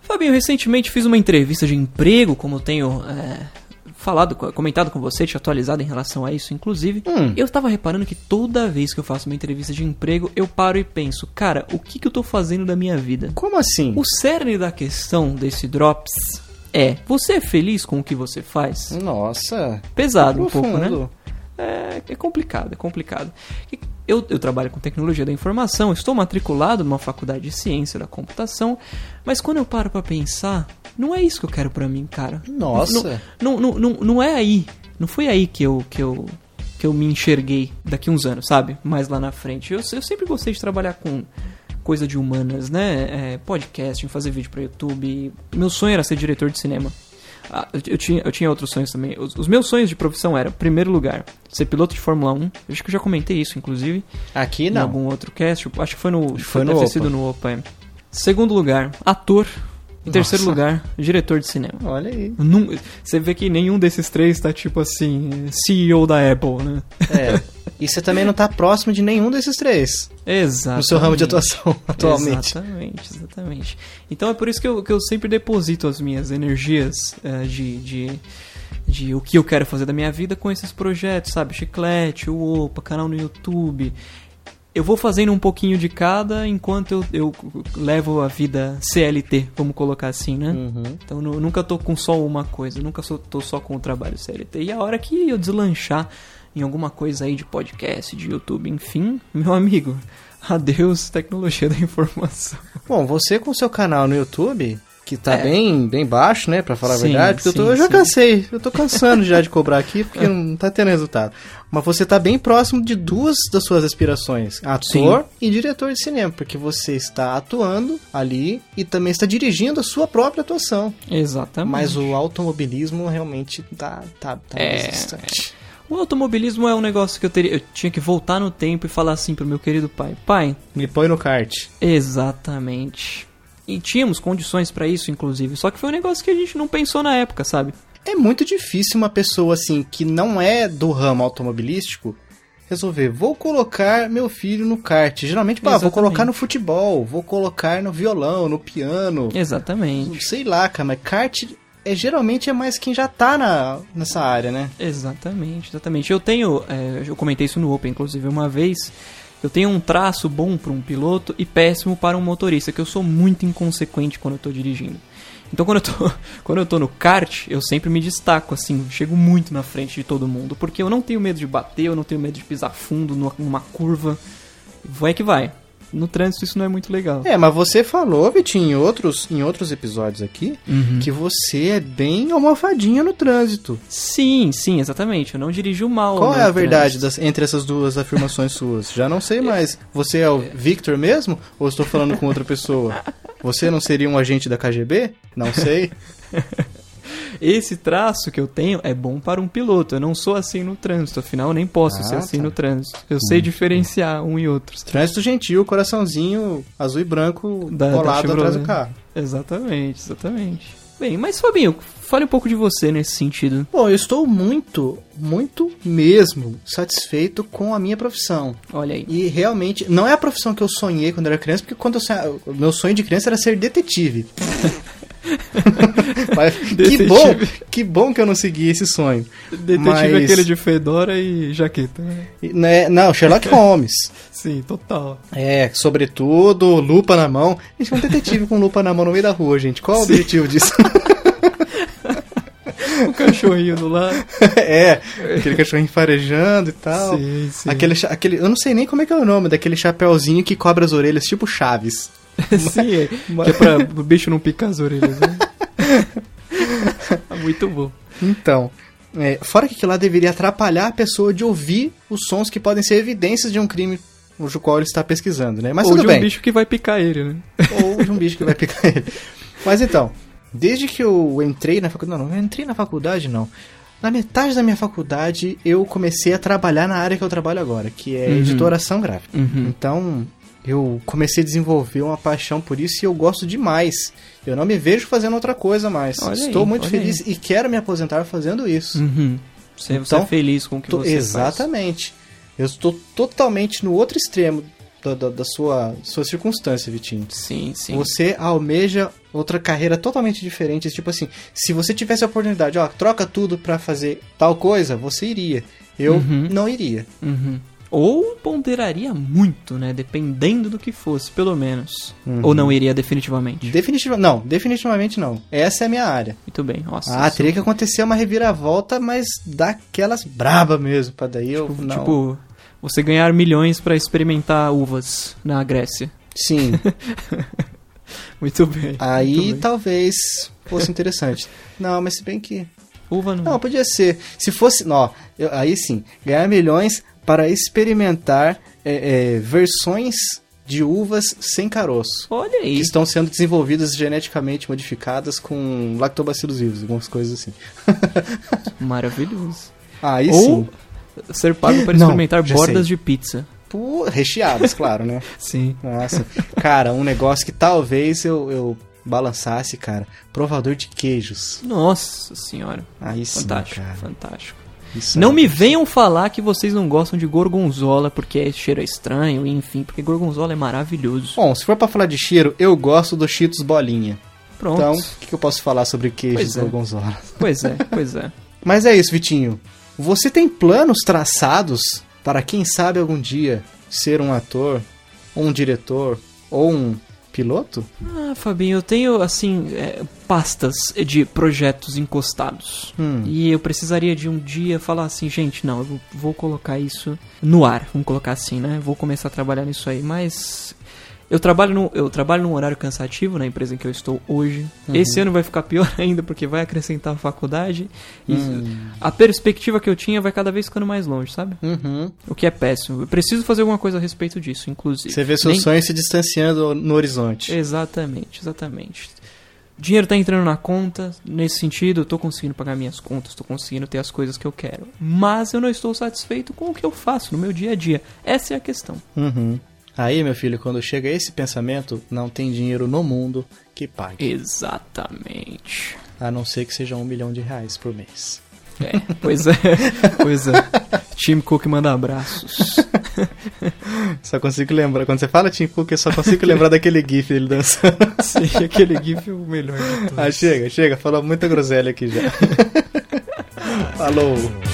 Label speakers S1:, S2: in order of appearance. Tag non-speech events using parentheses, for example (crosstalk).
S1: Fabinho, eu recentemente fiz uma entrevista de emprego, como eu tenho é, falado, comentado com você, te atualizado em relação a isso, inclusive.
S2: Hum.
S1: Eu tava reparando que toda vez que eu faço uma entrevista de emprego, eu paro e penso, cara, o que, que eu tô fazendo da minha vida?
S2: Como assim?
S1: O cerne da questão desse Drops é: você é feliz com o que você faz?
S2: Nossa.
S1: Pesado um pouco,
S2: profundo.
S1: né? É, é complicado, é complicado. E Eu, eu trabalho com tecnologia da informação, estou matriculado numa faculdade de ciência da computação, mas quando eu paro pra pensar, não é isso que eu quero pra mim, cara.
S2: Nossa.
S1: Não, não, não, não é aí. Não foi aí que eu, que eu que eu me enxerguei daqui uns anos, sabe? Mais lá na frente. Eu, eu sempre gostei de trabalhar com coisa de humanas, né? É, podcasting, fazer vídeo pra YouTube. Meu sonho era ser diretor de cinema. Ah, eu, eu tinha, eu tinha outros sonhos também. Os, os meus sonhos de profissão eram, primeiro lugar, ser piloto de Fórmula 1. Eu acho que eu já comentei isso, inclusive
S2: Aqui
S1: em
S2: não.
S1: algum outro cast. Acho que foi no. Foi,
S2: Foi no
S1: deve ter
S2: Opa.
S1: sido no Opa. é. Segundo lugar, ator. Em terceiro
S2: Nossa.
S1: lugar, diretor de cinema.
S2: Olha aí.
S1: Nun- Você vê que nenhum desses três tá tipo assim, CEO da Apple, (laughs) né?
S2: É. E você também não tá próximo de nenhum desses três
S1: Exato.
S2: no seu ramo de atuação (laughs) atualmente.
S1: Exatamente, exatamente. Então é por isso que eu, que eu sempre deposito as minhas energias eh, de, de, de o que eu quero fazer da minha vida com esses projetos, sabe? Chiclete, o Opa, canal no YouTube. Eu vou fazendo um pouquinho de cada enquanto eu, eu levo a vida CLT, vamos colocar assim, né?
S2: Uhum.
S1: Então nu- nunca tô com só uma coisa, nunca sou, tô só com o trabalho CLT. E a hora que eu deslanchar em alguma coisa aí de podcast, de YouTube, enfim, meu amigo, (laughs) adeus tecnologia da informação.
S2: Bom, você com o seu canal no YouTube, que tá
S1: É.
S2: bem, bem baixo, né, pra falar
S1: Sim,
S2: a verdade, porque eu, tô-
S1: sim,
S2: eu já
S1: sim.
S2: cansei, eu tô cansando já de cobrar aqui, porque não tá tendo resultado. Mas você tá bem próximo de duas das suas aspirações, ator e diretor de cinema, porque você está atuando ali e também está dirigindo a sua própria atuação.
S1: Exatamente.
S2: Mas o automobilismo realmente tá, tá, tá
S1: É.
S2: mais distante.
S1: O automobilismo é um negócio que eu teria. Eu tinha que voltar no tempo e falar assim pro meu querido pai: Pai,
S2: Me põe no kart.
S1: exatamente. E tínhamos condições pra isso, inclusive. Só que foi um negócio que a gente não pensou na época, sabe?
S2: É muito difícil uma pessoa assim que não é do ramo automobilístico resolver, vou colocar meu filho no kart. Geralmente, pá, vou
S1: Exatamente.
S2: colocar no futebol, vou colocar no violão, no piano,
S1: Exatamente.
S2: sei lá, cara, mas kart é geralmente é mais quem já tá na, nessa área, né?
S1: Exatamente, exatamente. Eu tenho, é, eu comentei isso no Open, inclusive, uma vez. Eu tenho um traço bom para um piloto e péssimo para um motorista, que eu sou muito inconsequente quando eu tô dirigindo. Então quando eu tô, (laughs) quando eu tô no kart, eu sempre me destaco, assim, eu chego muito na frente de todo mundo, porque eu não tenho medo de bater, eu não tenho medo de pisar fundo numa, numa curva. Vai que vai. No trânsito isso não é muito legal.
S2: É, mas você falou, Vitinho, em outros, em outros episódios aqui,
S1: Uhum.
S2: que você é bem almofadinha no trânsito.
S1: Sim, sim, exatamente. Eu não dirijo mal.
S2: Qual
S1: no
S2: é a
S1: trânsito.
S2: verdade das- entre essas duas afirmações suas? Já não sei mais. Você é o Victor mesmo? Ou estou falando com outra pessoa? Você não seria um agente da KGB? Não sei.
S1: Esse traço que eu tenho é bom para um piloto. Eu não sou assim no trânsito, afinal eu nem posso
S2: Ah,
S1: ser assim
S2: tá.
S1: no trânsito. Eu sei diferenciar um e outro.
S2: Trânsito gentil, coraçãozinho azul e branco
S1: Da- da
S2: colado atrás
S1: Chevrolet.
S2: do carro.
S1: Exatamente, exatamente. Bem, mas Fabinho, fale um pouco de você nesse sentido.
S2: Bom, eu estou muito, muito mesmo satisfeito com a minha profissão.
S1: Olha aí.
S2: E realmente, não é a profissão que eu sonhei quando eu era criança, porque quando eu sonha- o meu sonho de criança era
S1: (laughs)
S2: ser detetive. Mas Que
S1: Detetive.
S2: bom, que bom que eu não segui esse sonho.
S1: Detetive
S2: Mas-
S1: aquele de Fedora e jaqueta. né?
S2: E, né,
S1: (laughs)
S2: não, Sherlock Holmes.
S1: Sim, total.
S2: É, sobretudo, lupa na mão. Gente, um detetive com lupa na mão no meio da rua, gente. Qual o
S1: Sim.
S2: objetivo disso? (laughs)
S1: O Um cachorrinho do lado.
S2: é, aquele cachorrinho farejando e (laughs) tal.
S1: Sim, sim.
S2: Aquele, cha- aquele, eu não sei nem como é que é o nome daquele chapéuzinho que cobre as orelhas, tipo Chaves.
S1: (laughs) sim, é. Que é pra o bicho não picar as orelhas,
S2: (laughs)
S1: né? (laughs) Muito bom.
S2: Então, é, fora que aquilo lá deveria atrapalhar a pessoa de ouvir os sons que podem ser evidências de um crime no qual ele está pesquisando, né? Mas
S1: Ou
S2: tudo
S1: de um
S2: bem.
S1: bicho que vai picar ele, né?
S2: ou de um bicho que vai picar ele. Mas então, desde que eu entrei na faculdade. Não, não eu entrei na faculdade, não. Na metade da minha faculdade, eu comecei a trabalhar na área que eu trabalho agora, que é
S1: Uhum.
S2: editoração gráfica.
S1: Uhum.
S2: Então, eu comecei a desenvolver uma paixão por isso e eu gosto demais. Eu não me vejo fazendo outra coisa mais.
S1: Olha aí,
S2: Estou muito
S1: olha
S2: feliz e quero me aposentar fazendo isso.
S1: Uhum. Você, você
S2: Então,
S1: é feliz com o que
S2: Tô-
S1: você faz.
S2: exatamente. Eu estou totalmente no outro extremo da, da- da sua, sua circunstância, Vitinho.
S1: Sim, sim.
S2: Você almeja outra carreira totalmente diferente. Tipo assim, se você tivesse a oportunidade, ó, troca tudo pra fazer tal coisa, você iria. Eu
S1: Uhum.
S2: não iria.
S1: Uhum. Ou ponderaria muito, né? Dependendo do que fosse, pelo menos. Ou
S2: Uhum.
S1: não iria definitivamente.
S2: Definitivamente, não, definitivamente não. Essa é a minha área.
S1: Muito bem, nossa.
S2: Ah,
S1: isso-
S2: teria que acontecer uma reviravolta, mas daquelas braba mesmo, pra daí eu não.
S1: Tipo, você ganhar milhões pra experimentar uvas na Grécia. (laughs)
S2: Sim,
S1: Muito bem.
S2: aí
S1: muito bem.
S2: talvez fosse interessante. Não, mas se bem que
S1: Uva não.
S2: Não, podia ser. Se fosse. Não, eu- aí sim, ganhar milhões para experimentar é, é, versões de uvas sem caroço.
S1: Olha
S2: Que
S1: aí.
S2: estão sendo desenvolvidas geneticamente modificadas com lactobacilos vivos, algumas coisas assim.
S1: Maravilhoso.
S2: Aí
S1: Ou
S2: sim.
S1: ser pago para
S2: Não,
S1: experimentar
S2: já
S1: bordas de pizza.
S2: Pu- recheadas, claro, né? (laughs)
S1: Sim.
S2: Nossa. Cara, um negócio que talvez eu, eu balançasse, cara. Provador de queijos.
S1: Nossa senhora.
S2: Aí sim,
S1: Fantástico,
S2: cara.
S1: fantástico.
S2: Isso
S1: não
S2: é-
S1: me venham falar que vocês não gostam de gorgonzola porque é cheiro estranho, enfim, porque gorgonzola é maravilhoso.
S2: Bom, se for pra falar de cheiro, eu gosto do Cheetos Bolinha.
S1: Pronto.
S2: Então, o que, que eu posso falar sobre queijos
S1: Pois é.
S2: gorgonzola?
S1: Pois é, pois é.
S2: Mas é isso, Vitinho. Você tem planos traçados para quem sabe algum dia ser um ator, ou um diretor, ou um piloto?
S1: Ah, Fabinho, eu tenho, assim, é, pastas de projetos encostados.
S2: Hum.
S1: E eu precisaria de um dia falar assim, gente, não, eu vou- vou colocar isso no ar, vamos colocar assim, né? Vou começar a trabalhar nisso aí, mas eu trabalho num, eu trabalho num horário cansativo na empresa em que eu estou hoje.
S2: Uhum.
S1: Esse ano vai ficar pior (laughs) ainda porque vai acrescentar a faculdade e
S2: Hum.
S1: a perspectiva que eu tinha vai cada vez ficando mais longe, sabe?
S2: Uhum.
S1: O que é péssimo. Eu preciso fazer alguma coisa a respeito disso, inclusive.
S2: Você vê seus
S1: Nem-
S2: sonhos se distanciando no horizonte.
S1: Exatamente, exatamente. Dinheiro tá entrando na conta, nesse sentido, eu tô conseguindo pagar minhas contas, tô conseguindo ter as coisas que eu quero. Mas eu não estou satisfeito com o que eu faço no meu dia a dia. Essa é a questão.
S2: Uhum. Aí, meu filho, quando chega esse pensamento, não tem dinheiro no mundo que pague.
S1: Exatamente.
S2: A não ser que seja um milhão de reais por mês.
S1: É, pois é, (laughs) pois é. Tim Cook manda abraços.
S2: Só consigo lembrar. Quando você fala Tim Cook, eu só consigo lembrar (laughs) daquele GIF dele dançando.
S1: (laughs) Sim, aquele GIF é o melhor de todos.
S2: Ah, chega, chega. Falou muita groselha aqui já. Falou.